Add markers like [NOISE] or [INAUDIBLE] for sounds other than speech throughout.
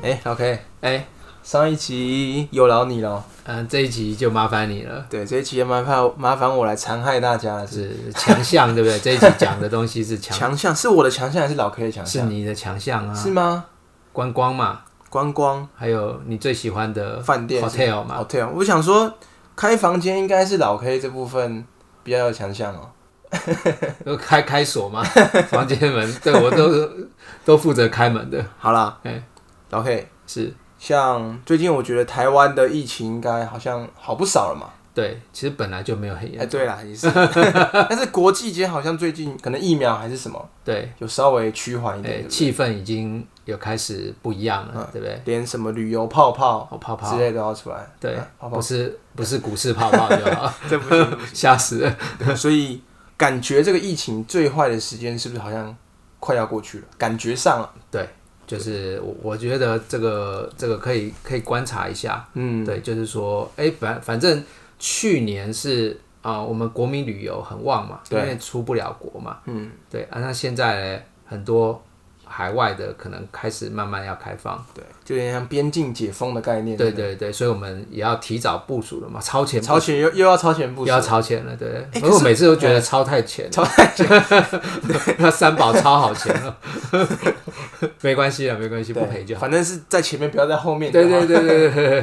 哎、OK，哎、上一期有劳你了，嗯、这一集就麻烦你了，对，这一期也麻烦麻烦我来残害大家了，是是强项对 [LAUGHS] 不对？这一集讲的东西是强，强项是我的强项还是老 K 的强是项？你的强项啊，是吗？观光嘛，观光还有你最喜欢的饭店 hotel 嘛，哦，对啊，我想说开房间应该是老 K 这部分比较有强项哦。都开开锁嘛， [LAUGHS] 房间门，对 [LAUGHS] 我都都负责开门的，好啦，哎老 K，是像最近我觉得台湾的疫情应该好像好不少了嘛。对，其实本来就没有很哎、严重，对啦，也是， [LAUGHS] 但是国际间好像最近可能疫苗还是什么对，有稍微趋哦缓一哎、点，气氛已经有开始不一样嗯了，对不对？连什么旅游泡泡哦，泡之泡，类都要出来。对啊，泡泡不是不是股市泡泡就好， [LAUGHS] 这不行。 [LAUGHS] 吓死了，对 [LAUGHS] 所以感觉这个疫情最坏的时间是不是好像快要过去了？感觉上啊了，就是我我觉得这个这个可以可以观察一下，嗯，对，就是说，哎、反反正去年是啊、我们国民旅游很旺嘛，因对为出不了国嘛，嗯，对啊，那现在呢很多海外的可能开始慢慢要开放，对，就有点像边境解封的概念。对对对，所以我们也要提早部署了嘛，超前超前又又要超前部又署要，超前了，对。哎不可过我是每次都觉得超太 [LAUGHS] 前，超太前，那 [LAUGHS] 三宝超好前了， [LAUGHS] 没关系啊了，没关系，不对赔就好。反正是在前面，不要在后面。对好吗对 [LAUGHS] 对对对，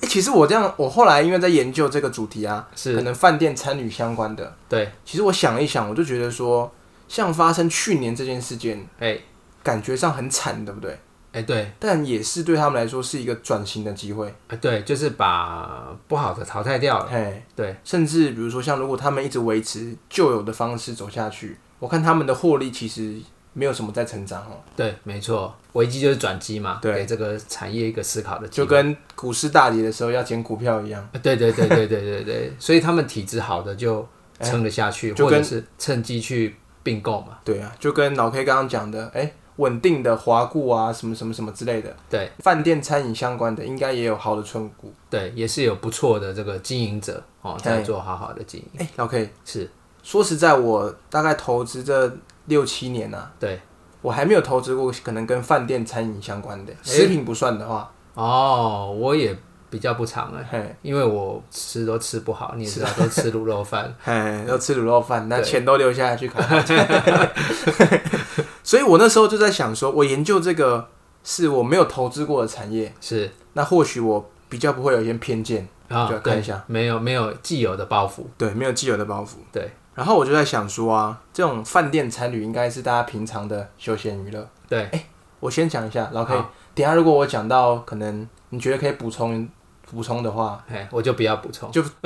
哎，其实我这样，我后来因为在研究这个主题啊，可是，能饭店、餐旅相关的，对，其实我想了一想，我就觉得说，像发生去年这件事件，哎感觉上很惨，对不对？哎对，但也是对他们来说是一个转型的机会。哎对，就是把不好的淘汰掉了，嘿，对，甚至比如说像如果他们一直维持旧有的方式走下去，我看他们的获利其实没有什么在成长哦，对，没错，危机就是转机嘛，对给这个产业一个思考的机就会。跟股市大跌的时候要捡股票一样。啊对对对对对对对，所以他们体质好的就撑得下去，就或跟者是趁机去并购嘛。对啊，就跟老 K 刚刚讲的，哎、稳定的华固啊，什么什么什么之类的，对饭店、餐饮相关的应该也有好的存股。对，也是有不错的这个经营者哦，在哎做好好的经营。哎、老 K，是说实在，我大概投资这六七年啊，对我还没有投资过可能跟饭店、餐饮相关的，哎食品不算的话，哦，我也比较不常哎、嘿，因为我吃都吃不好，你也知道，都吃卤肉饭。哎，要吃卤肉饭，那对钱都留下来去 [LAUGHS] 烤饭。所以我那时候就在想说，我研究这个是我没有投资过的产业，是那或许我比较不会有一些偏见，啊， [LAUGHS] 就要对，看一下没有没有既有的包袱。对，没有既有的包袱。对然后我就在想说啊，这种饭店餐旅应该是大家平常的休闲娱乐。对，我先讲一下，然后可以好等一下如果我讲到可能你觉得可以补充补充的话，哎，我就不要补充，就 [LAUGHS]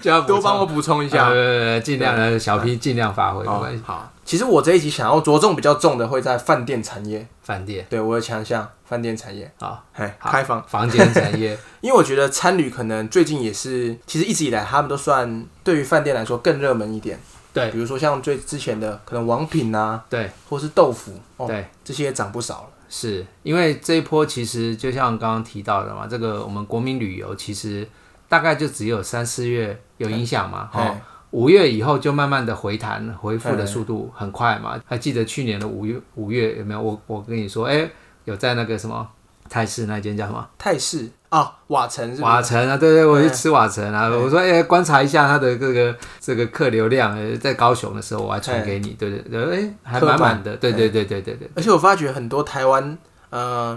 就要啊补充多帮我补充一下。哦呃，尽量的小 P 尽量发挥，没关系。好，呃其实我这一集想要着重比较重的会在饭店产业。哎饭店对我的强项，饭店产业，啊，嘿，好开房。房间产 [LAUGHS] 业因为我觉得餐旅可能最近也是，其实一直以来他们都算对于饭店来说更热门一点。对比如说像最之前的可能王品啊，对或是豆腐，哦，对，这些也涨不少了。是因为这一波其实就像刚刚提到的嘛，这个我们国民旅游其实大概就只有三四月有影响嘛，哦嘿，五月以后就慢慢的回弹，恢复的速度很快嘛。还记得去年的五月五月有没有？我我跟你说，哎，有在那个什么泰式那间叫什么？泰式啊，瓦城是不是？瓦城啊，对对，我去吃瓦城啊。我说，哎、观察一下它的这个这个客流量，呃在高雄的时候我还传给你，对对对，哎、还刻板哎满满的，对对对对对对，而且我发觉很多台湾，呃，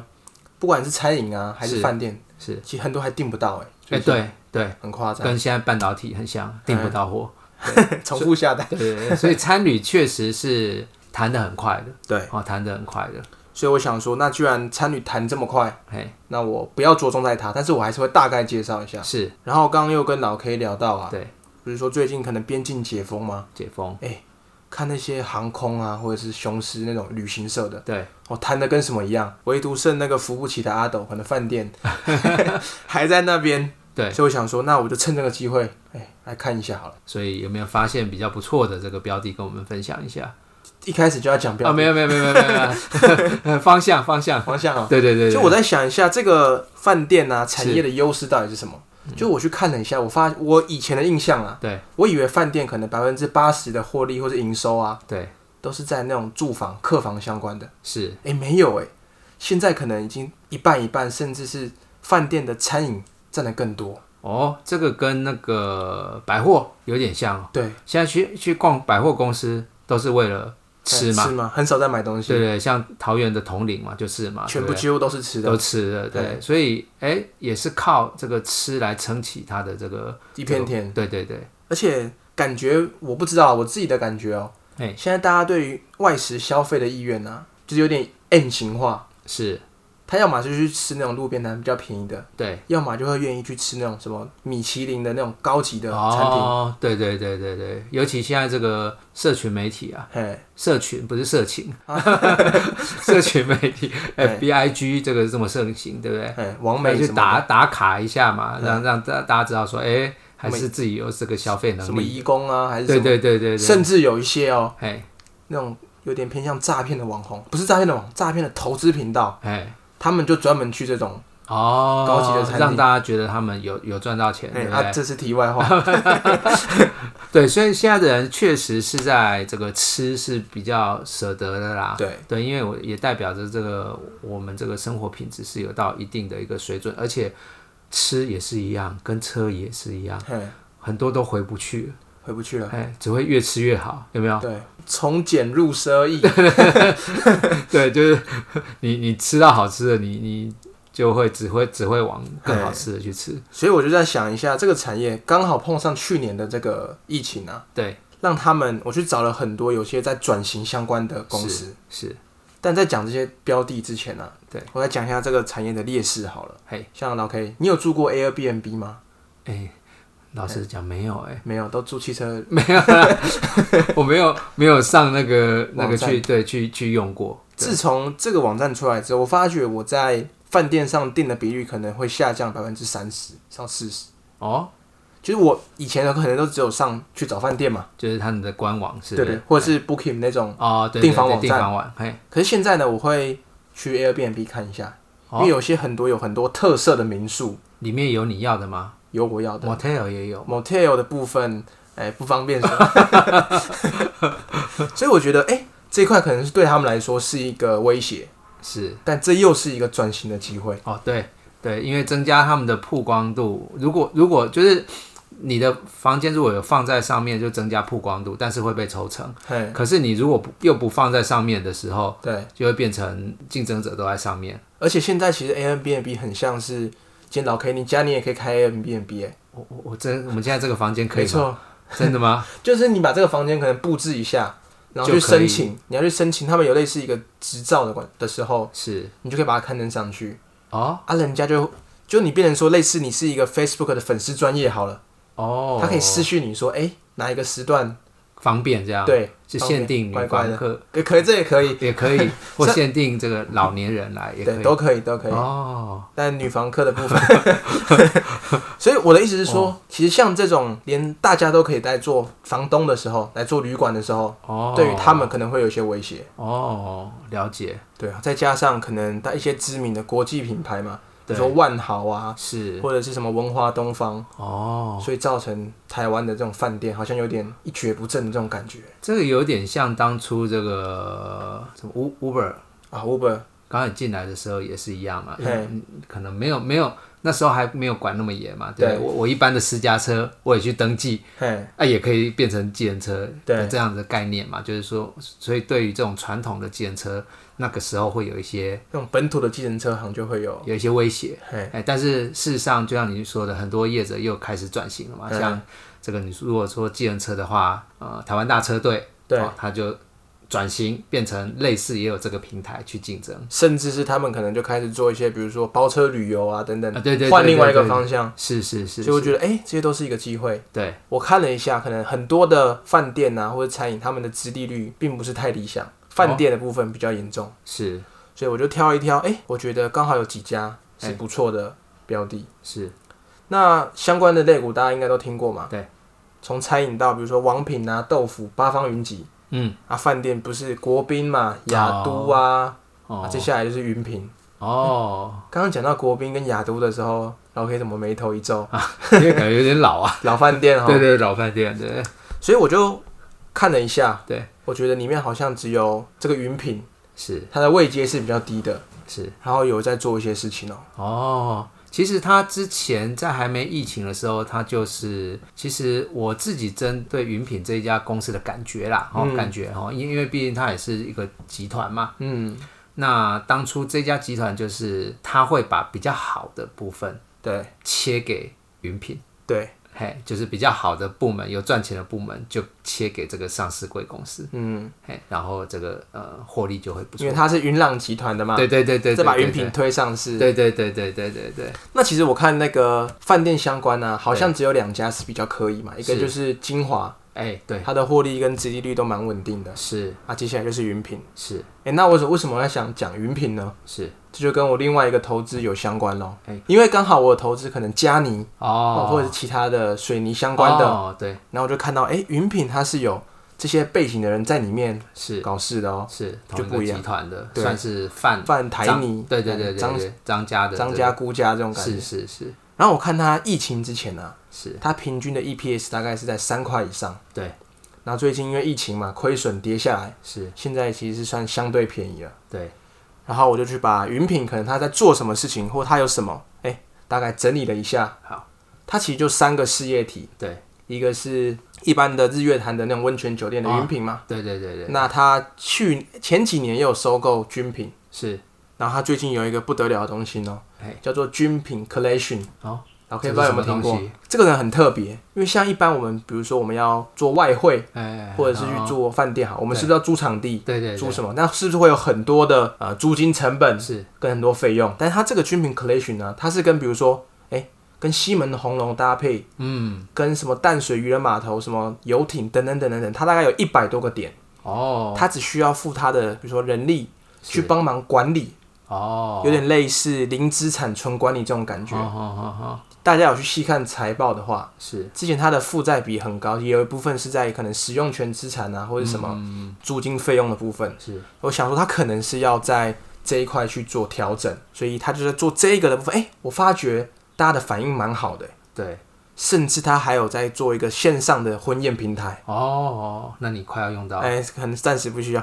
不管是餐饮啊还是是饭店，是，其实很多还订不到哎、哎、欸，对对，很夸张，跟现在半导体很像，订不到货， [LAUGHS] 重复下单。对对对，所以参旅确实是谈的很快的，对，哦，谈的很快的，所以我想说，那居然餐旅谈这么快，哎，那我不要着重在它，但是我还是啊会大概介绍一下。是然后刚刚又跟老 K 聊到啊，对，比如说最近可能边境解封嘛，解封，看那些航空啊，或者是雄狮那种旅行社的，对，哦，谈的跟什么一样，唯独剩那个扶不起的阿斗，可能饭店 [LAUGHS] 还在那边，对，所以我想说，那我就趁这个机会，哎，来看一下好了。所以有没有发现比较不错的这个标的，跟我们分享一下？一开始就要讲标啊，没有没有没有没有 [LAUGHS] 没有，方向方向，方向啊，对对对就对，我在想一下这个饭店啊产业的优势到底是什么。嗯就我去看了一下，我发我以前的印象啊，对我以为饭店可能百分之八十的获利或者营收啊，对都是在那种住房、客房相关的。是哎、没有哎、现在可能已经一半一半，甚至是饭店的餐饮占的更多。哦，这个跟那个百货有点像哦。对，现在去去逛百货公司都是为了吃嘛，吃嘛，很少在买东西，对对，像桃园的统领嘛，就是嘛，全对部不几乎都是吃对啊的，都吃了，对，所以哎，也是靠这个吃来撑起它的这个，一片天。对对对，而且感觉我不知道我自己的感觉哦、哎，现在大家对于外食消费的意愿呢、就是有点 N 型化。是，他要么就去吃那种路边摊比较便宜的，对，要么就会愿意去吃那种什么米其林的那种高级的产品。哦，对对对对对，尤其现在这个社群媒体啊，嘿，社群不是 [LAUGHS] 色情，社群媒体哎，F B I G 这个这么盛行，对不对？嘿，王美去什么嗯打打卡一下嘛，让让大大家知道说，哎，还是自己有这个消费什能么力，义工啊，还是什对么，对对对对，甚至有一些哦、哎那种有点偏向诈骗的网红，不是诈骗的网，诈骗的投资频道，哎，他们就专门去这种。哦，高级的餐厅让大家觉得他们有有赚到钱，哎对不啊，对？这是题外 [LAUGHS] 话。对，所以现在的人确实是在这个吃是比较舍得的啦，对，对，因为我也代表着这个我们这个生活品质是有到一定的一个水准，而且吃也是一样，跟车也是一样，嘿，很多都回不去了，回不去了。哎，只会越吃越好，有没有？对，从俭入奢易。 [LAUGHS] 对，就是你你吃到好吃的，你你就会只会只会往更好吃的去吃，所以我就在想一下，这个产业刚好碰上去年的这个疫情啊，对，让他们我去找了很多有些在转型相关的呃公司。是但在讲这些标的之前呢、啊，对，我来讲一下这个产业的劣势好了。嘿，像老 K，你有住过 Airbnb 吗？哎，老实讲没有哎、没有，都住汽车。没有啦，我没有没有上那个那个网站去对去去用过，自从这个网站出来之后，我发觉我在饭店上订的比率可能会下降百分之三十到四十。哦，就是我以前可能都只有上去找饭店嘛，就是他们的官网是对不对，或者是 Booking 那种。哦，对，订房对网对站订房网，嘿，可是现在呢，我会去 Airbnb 看一下，因哦为有些很多有很多特色的民宿里面有你要的吗有我要的。 ？Motel 也有， motel 的部分，哎、不方便说。 [LAUGHS] 所以我觉得，哎、这一块可能是对他们来说是一个威胁，是但这又是一个转型的机会。哦，对对，因为增加他们的曝光度，如果如果就是你的房间如果有放在上面，就增加曝光度，但是会被抽成。嘿，可是你如果不又不放在上面的时候，对，就会变成竞争者都在上面。而且现在其实 Airbnb 很像是，今天老 K 你家你也可以开 Airbnb，、哎，我我我真，我们现在这个房间可没以吗？错，真的吗？就是你把这个房间可能布置一下。然后就去可以申请，你要去申请，他们有类似一个执照的管的时候， [LAUGHS] 是你就可以把它刊登上去。哦啊，人家就就你变成说，类似你是一个 Facebook 的粉丝专业好了，哦，他可以私讯你说，哎、哪一个时段方便这样，，对，是方便限定女乖乖房的，客可可以这也可以，也可 [LAUGHS] 以，或限定这个老年人来也可对，以。都可以都可以，哦，但女房客的部分， [LAUGHS] 所以我的意思是说，哦其实像这种连大家都可以在做房东的时候，来做旅馆的时候，哦，对于他们可能会有一些威胁。哦，了解，对啊，再加上可能在一些知名的国际品牌嘛，比对如说万豪啊，是或者是什么文华东方，哦，所以造成台湾的这种饭店好像有点一蹶不振的这种感觉。这个有点像当初这个什么 U- Uber 啊，Uber，刚开始进来的时候也是一样嘛，嘿嗯可能没有没有那时候还没有管那么严嘛，对对我我一般的私家车我也去登记，嘿，啊也可以变成计程车，对这样的概念嘛，就是说，所以对于这种传统的计程车，那个时候会有一些那种本土的计程车行就会有，有一些威胁，嘿，哎，但是事实上，就像你说的，很多业者又开始转型了嘛。嗯像这个，你如果说计程车的话，呃，台湾大车队，对，哦它就转型变成类似也有这个平台去竞争。甚至是他们可能就开始做一些，比如说包车旅游啊等等啊，，对对，换对另外一个，对方向。对是是是，所以我是觉得，哎，这些都是一个机会。对我看了一下，可能很多的饭店啊或者餐饮，他们的殖利率并不是太理想，饭店的部分比较严重，是所以我就挑一挑，哎，我觉得刚好有几家是不错的标的。是，那相关的类股大家应该都听过嘛？对，从餐饮到比如说王品啊、豆腐、八方云集嗯，啊，饭店不是国宾嘛、雅都啊，啊哦接下来就是云品。哦，刚刚讲到国宾跟雅都的时候，老 K 怎么眉头一皱？因为感觉有点老啊。老饭店哦哈， [LAUGHS] 对对，老饭店，对所以我就看了一下，对，我觉得里面好像只有这个云品是它的位阶是比较低的，是然后有在做一些事情哦、哦。其实他之前在还没疫情的时候，他就是其实我自己针对云品这一家公司的感觉啦，哦，感觉哦，因因为毕竟它也是一个集团嘛，嗯，那当初这家集团就是他会把比较好的部分对切给云品，对，嘿，就是比较好的部门有赚钱的部门就切给这个上市贵公司，嗯，嘿，然后这个呃获利就会不错因为。它是云浪集团的嘛，对对对对，再把对云品，推上市。对对对对对对对，那其实我看那个饭店相关呢、啊，好像只有两家是比较可以嘛，一个就是金华，哎对它的获利跟殖利率都蛮稳定的。是啊，接下来就是云品。是哎、那我为什么要想讲云品呢？是这就跟我另外一个投资有相关咯。哎因为刚好我有投资可能嘉泥、哦，或者是其他的水泥相关的，哦对然后我就看到，哎、云品它是有这些背景的人在里面是搞事的哦，是就同一不个一集样团的，对算是范范台嗯张泥，对对对对张对张家的张这家辜家这种感觉。是是是然后我看它疫情之前呢、啊，是，它平均的 EPS 大概是在三块以上，对然后最近因为疫情嘛，亏损跌下来，是现在其实是算相对便宜了。对然后我就去把云品可能他在做什么事情，或他有什么，哎，大概整理了一下。好，它其实就三个事业体，对一个是一般的日月潭的那种温泉酒店的云品嘛，对对啊对对那他去前几年也有收购军品，是然后他最近有一个不得了的东西呢哎，叫做军品 collection。哦，老 K 这不知是道有什没么有听东过？西？这个人很特别，因为像一般我们，比如说我们要做外汇，哎，或者是哦去做饭店好，我们是不是要租场地？对对租对什么？那是不是会有很多的呃租金成本是跟很多费用？但是它这个军品 collection 呢，它是跟比如说，哎、跟西门的红龙搭配，嗯跟什么淡水渔人码头、什么游艇等等等等等，它大概有一百多个点，哦它只需要付它的比如说人力是去帮忙管理，哦，有点类似零资产纯管理这种感觉。哦哦哦大家有去细看财报的话，哦是之前它的负债比很高，也有一部分是在可能使用权资产啊，或者什么么租金费用的部分。嗯是我想说，他可能是要在这一块去做调整，所以他就在做这个的部分。哎、我发觉大家的反应蛮好的、对甚至他还有在做一个线上的婚宴平台。哦哦，那你快要用到哎、可能暂时不需要。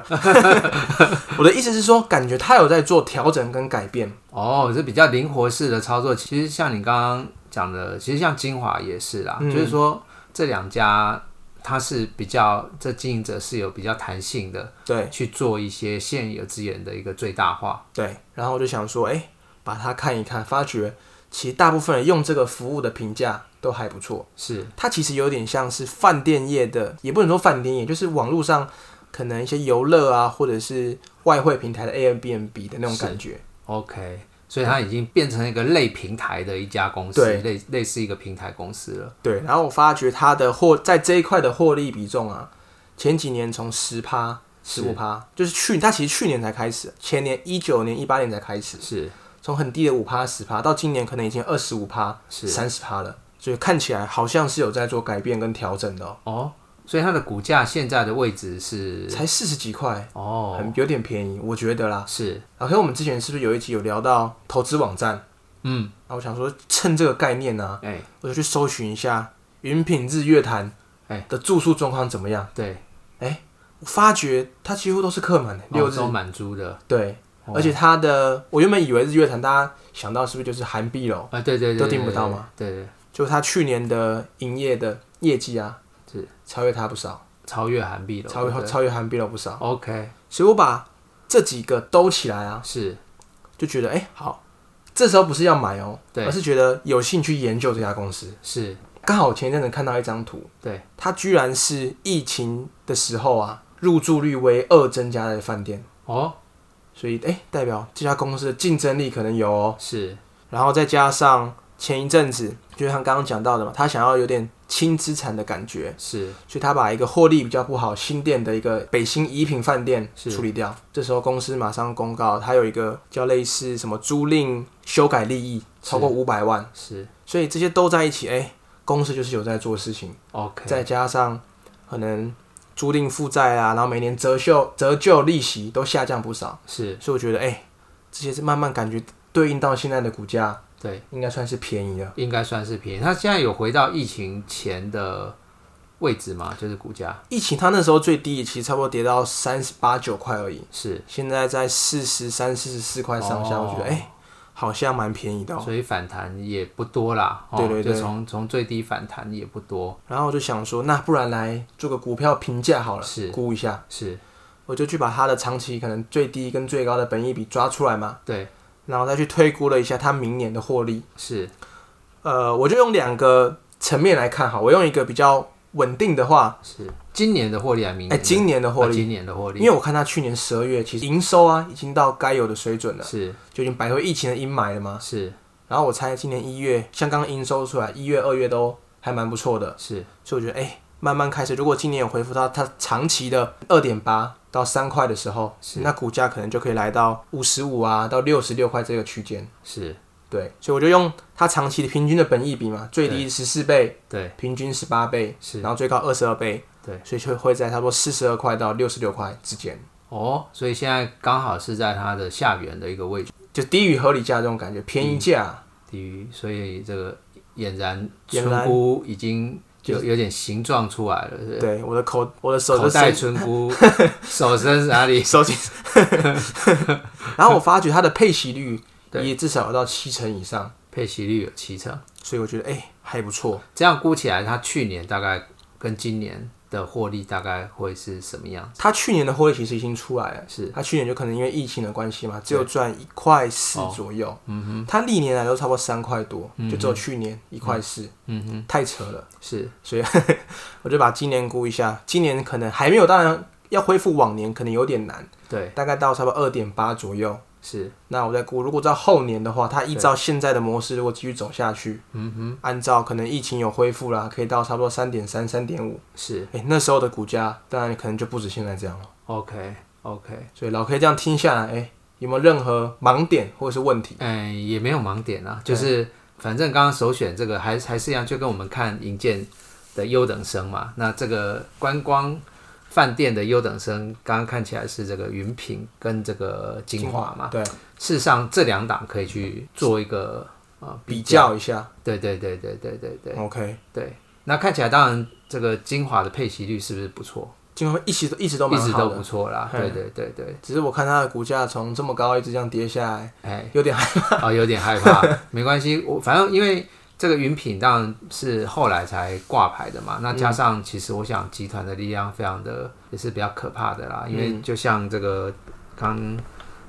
我的意思是说，感觉他有在做调整跟改变。哦，是比较灵活式的操作。其实像你刚刚讲的，其实像精华也是啦，嗯就是说这两家它是比较这经营者是有比较弹性的，对去做一些现有资源的一个最大化。对，然后我就想说，哎、把它看一看，发觉其实大部分人用这个服务的评价都还不错。是它其实有点像是饭店业的，也不能说饭店业，就是网络上可能一些游乐啊，或者是外汇平台的 Airbnb 的那种感觉。 OK，所以它已经变成一个类平台的一家公司，对类类似一个平台公司了。对，然后我发觉它的获在这一块的获利比重啊，前几年从十趴、十是五趴，就是去它其实去年才开始，前年一九年、一八年才开始，是从很低的五趴、十趴到今年可能已经二十五趴、是三十趴了，所以看起来好像是有在做改变跟调整的、哦，哦，所以它的股价现在的位置是才四十几块，哦很有点便宜，我觉得啦。是老 K，我们之啊前是不是有一集有聊到投资网站？嗯啊，我想说趁这个概念呢、哎、我就去搜寻一下云品日月潭哎的住宿状况怎么样。哎对，我发觉它几乎都是客满的，六澳日、洲哦满租的对，哦而且它的我原本以为日月潭大家想到是不是就是韩碧楼，啊对对对哦都订不到吗？对对对对就它去年的营业的业绩啊，是超越它不少，超越韩币了，超对不越对超越韩碧楼不少， OK 所以我把这几个兜起来啊，是就觉得哎、好，这时候不是要买哦，对而是觉得有兴趣研究这家公司。是刚好前一阵子看到一张图，对它居然是疫情的时候啊，入住率为二增加的饭店，哦所以诶，哎代表这家公司的竞争力可能有哦。是然后再加上前一阵子，就像刚刚讲到的嘛，他想要有点轻资产的感觉，是所以他把一个获利比较不好新店的一个北新怡品饭店是处理掉。这时候公司马上公告，它有一个叫类似什么租赁修改利益超过五百万，是所以这些都在一起，诶，哎公司就是有在做事情。 OK 再加上可能租赁负债啊，然后每年折旧折旧利息都下降不少，是所以我觉得哎、这些是慢慢感觉对应到现在的股价，对。应该算是便宜了。应该算是便宜。它现在有回到疫情前的位置吗？就是股价疫情它那时候最低，其实差不多跌到三十八九块而已，是，现在在四十三、四十四块上下，我觉得哦哎、好像蛮便宜的、哦。所以反弹也不多啦。哦、对对对就从从最低反弹也不多，然后我就想说，那不然来做个股票评价好了，是估一下。是我就去把它的长期可能最低跟最高的本益比抓出来嘛，对，然后再去推估了一下它明年的获利。是呃，我就用两个层面来看哈，我用一个比较稳定的话，是，今年的获利还明哎、年的今年的获啊利，今年的获因利为我看它去年十二月其实营收啊已经到该有的啊水准了，是就已经摆脱疫情的阴霾了嘛。是然后我猜今年一月，像刚刚营收出来，一月、二月都还蛮不错的，是所以我觉得哎、慢慢开始，如果今年有恢复到它长期的二点八到三块的时候，是那股价可能就可以来到五十五啊到六十六块这个区间。是，对，所以我就用它长期的平均的本益比嘛，最低十四倍，对平均十八倍，是然后最高二十二倍，对所以就会在差不多四十二块到六十六块之间，哦，所以现在刚好是在它的下缘的一个位置就低于合理价这种感觉，便宜价。低于，所以这个俨然俨村然姑已经有有点形状出来了，是不是对，我的口，我的手口就袋伸，村 [LAUGHS] 姑，手伸哪里？手进， [LAUGHS] 然后我发觉它的配息率对也至少要到七成以上，配息率有七成，所以我觉得哎、还不错。这样估起来，它去年大概跟今年的获利大概会是什么样？他去年的获利其实已经出来了，是他去年就可能因为疫情的关系嘛，只有赚一块四左右。嗯哼，他历年来都差不多三块多，就只有去年一块四，嗯哼，太扯了。是所以 [LAUGHS] 我就把今年估一下，今年可能还没有，当然要恢复往年可能有点难，对，大概到差不多二点八左右。是，那我再估，如果到后年的话，它依照现在的模式，如果继续走下去，嗯哼，按照可能疫情有恢复啦，可以到差不多三点三、三点五。是哎，那时候的股价当然可能就不止现在这样了。 ，OK OK，所以老 K 这样听下来，哎、有没有任何盲点或者是问题？嗯，也没有盲点啊，就是反正刚刚首选这个还还是一样，就跟我们看银建的优等生嘛。那这个观光饭店的优等生，刚刚看起来是这个云品跟这个金华嘛。对，事实上，这两档可以去做一个呃比较。较一下。对对对对对对对 OK，对。那看起来，当然这个精华的配息率是不是不错？金融一直都一直都一蛮直好都的不，错啦。嘿对对对对，只是我看它的股价从这么高一直这样跌下来，哎，有点啊、有点害怕，没关系，我反正因为这个云品当然是后来才挂牌的嘛，那加上其实我想集团的力量非常的也是比较可怕的啦，因为就像这个刚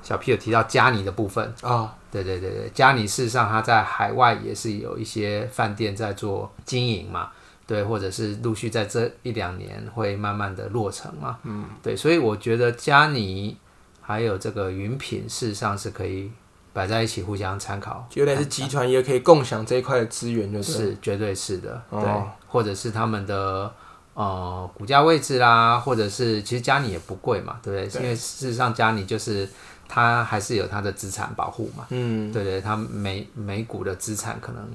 小 P 有提到嘉尼的部分，啊、对对对对，嘉尼事实上它在海外也是有一些饭店在做经营嘛，对，或者是陆续在这一两年会慢慢的落成嘛，嗯，对，所以我觉得嘉尼还有这个云品事实上是可以摆在一起互相参考，就有点是集团也可以共享这一块的资源，就是是绝对是的，哦对，或者是他们的呃股价位置啦，或者是其实嘉里也不贵嘛，对不对？因为事实上嘉里就是它还是有它的资产保护嘛，嗯，对对，它每每股的资产可能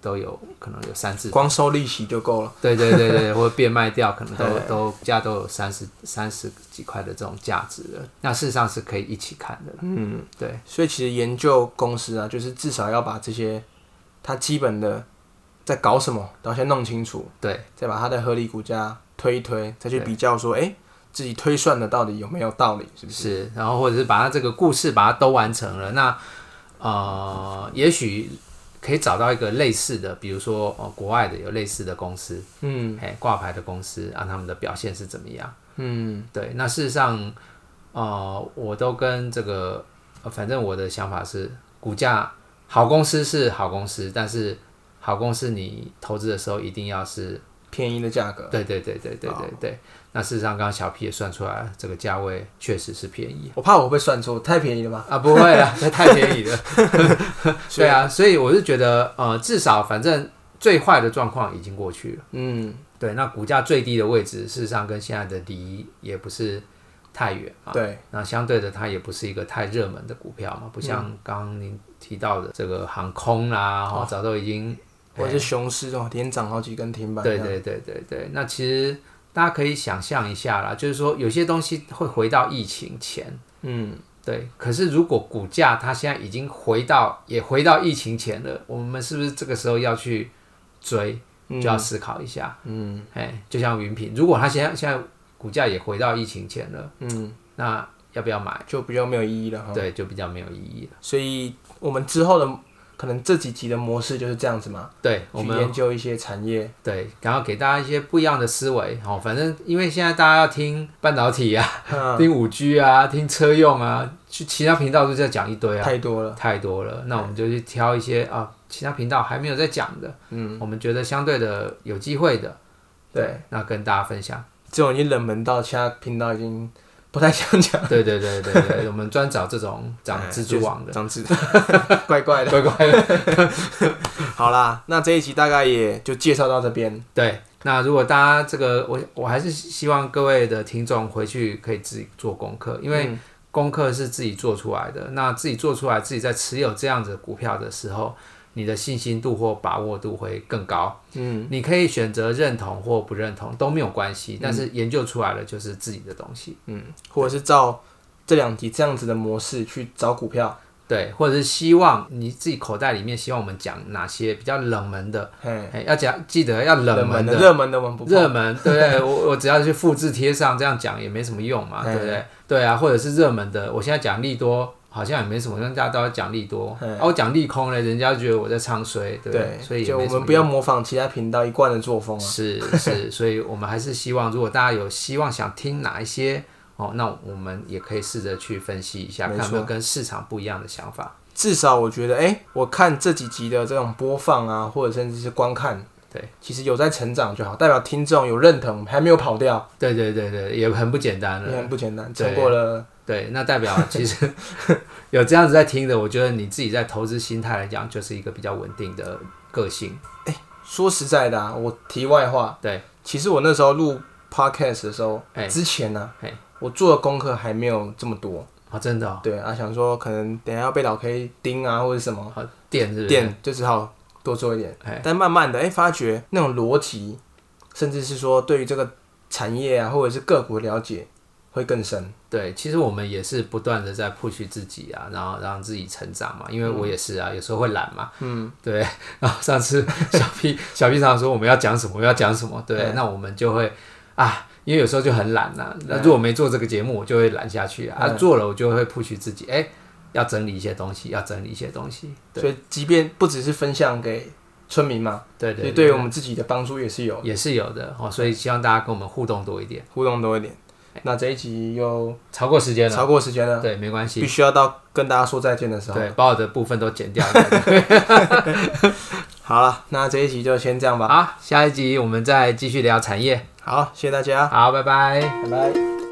都有可能有三至，光收利息就够了。对对对对，或者变卖掉，可能都都股价都有三十三十几块的这种价值的，那事实上是可以一起看的，嗯，对，所以其实研究公司啊，就是至少要把这些它基本的在搞什么，然后先弄清楚，对再把它的合理股价推一推，再去比较说，哎、自己推算的到底有没有道理，是不是？是，然后或者是把它这个故事把它都完成了，那呃，也许可以找到一个类似的，比如说呃国外的有类似的公司，嗯哎，挂牌的公司啊，他们的表现是怎么样？嗯，对，那事实上，呃，我都跟这个，呃反正我的想法是，股价好公司是好公司，但是好公司你投资的时候一定要是，便宜的价格。对对对对对对对。那事实上，刚刚小 P 也算出来了，这个价位确实是便宜我怕我会算错，太便宜了吧？啊， [LAUGHS] 不会啦，这太便宜了。所对啊，所以我是觉得，呃，至少反正最坏的状况已经过去了。嗯，对，那股价最低的位置，事实上跟现在的离也不是太远嘛。对，那相对的，它也不是一个太热门的股票嘛，不像刚刚您提到的这个航空啦，哦，早都已经，或者是雄狮哦，连涨好几根停板。对，对对对对。那其实大家可以想象一下啦，就是说有些东西会回到疫情前，嗯，对。可是如果股价它现在已经回到也回到疫情前了，我们是不是这个时候要去追？就要思考一下。嗯，哎，就像云品，如果它现在现在股价也回到疫情前了，嗯，那要不要买？就比较没有意义了哈。对，就比较没有意义了。所以我们之后的可能这几集的模式就是这样子嘛，对，我去们研究一些产业。对，然后给大家一些不一样的思维哦。反正因为现在大家要听半导体啊，嗯听五 G 啊，听车用啊，去其他频道都在讲一堆啊，太多了，太多了。那我们就去挑一些啊，其他频道还没有在讲的，嗯，我们觉得相对的有机会的，对，那跟大家分享。这种已经冷门到其他频道已经不太想讲。对对对对对，我们专找这种长哎蜘蛛网的，，长蜘蛛，怪怪的。乖乖的。好啦，那这一集大概也就介绍到这边。对，那如果大家这个，我我还是希望各位的听众回去可以自己做功课，因为功课是自己做出来的。那自己做出来，自己在持有这样子的股票的时候，你的信心度或把握度会更高。嗯，你可以选择认同或不认同都没有关系，但是研究出来了就是自己的东西。嗯，或者是照这两集这样子的模式去找股票。对，或者是希望你自己口袋里面希望我们讲哪些比较冷门的，嘿，哎，要讲记得要冷门的、热门的我们不碰。热门，对不对？我我只要去复制贴上，这样讲也没什么用嘛，嗯对不对？对啊，或者是热门的，我现在讲利多好像也没什么用，大家都要讲利多，嗯啊，我讲利空呢，人家觉得我在唱衰，对不对，所以也就没我什么们不要用。模仿其他频道一贯的作风啊。是是， [LAUGHS] 所以我们还是希望，如果大家有希望想听哪一些哦，那我们也可以试着去分析一下，没看有没有错跟市场不一样的想法。至少我觉得，哎、我看这几集的这种播放啊，或者甚至是观看，对，其实有在成长就好，代表听众有认同，还没有跑掉，对对对对，也很不简单了也。很不简单，呃对撑过了。对，那代表其实 [LAUGHS] 有这样子在听的，我觉得你自己在投资心态来讲，就是一个比较稳定的个性。说实在的、啊，我题外话，对，其实我那时候录 podcast 的时候，哎之前呢、哎我做的功课还没有这么多，哦，真的哦，对啊，想说可能等一下要被老 K 盯啊，或者什么好哦电是不是点，就只好多做一点。哎，但慢慢的，哎、发觉那种逻辑，甚至是说对于这个产业啊，或者是个股的了解会更深。对，其实我们也是不断的在 push 自己啊，然后让自己成长嘛。因为我也是啊，有时候会懒嘛，嗯，对。然后上次小 P 小 P 常说我们要讲什么，我们要讲什么，对，对那我们就会啊，因为有时候就很懒呐、那如果没做这个节目，我就会懒下去啊。啊嗯做了我就会 push 自己，哎、要整理一些东西，要整理一些东西，对。所以，即便不只是分享给村民嘛，对所以对对于我们自己的帮助也是有也是有的哦，所以希望大家跟我们互动多一点。互动多一点。那这一集又超过时间了，超过时间了，对，没关必系，须要到跟大家说再见的时候。对，把我的部分都剪掉。 [LAUGHS] 好了，那这一集就先这样吧。好，下一集我们再继续聊产业。好，谢谢大家，好，拜拜。拜拜。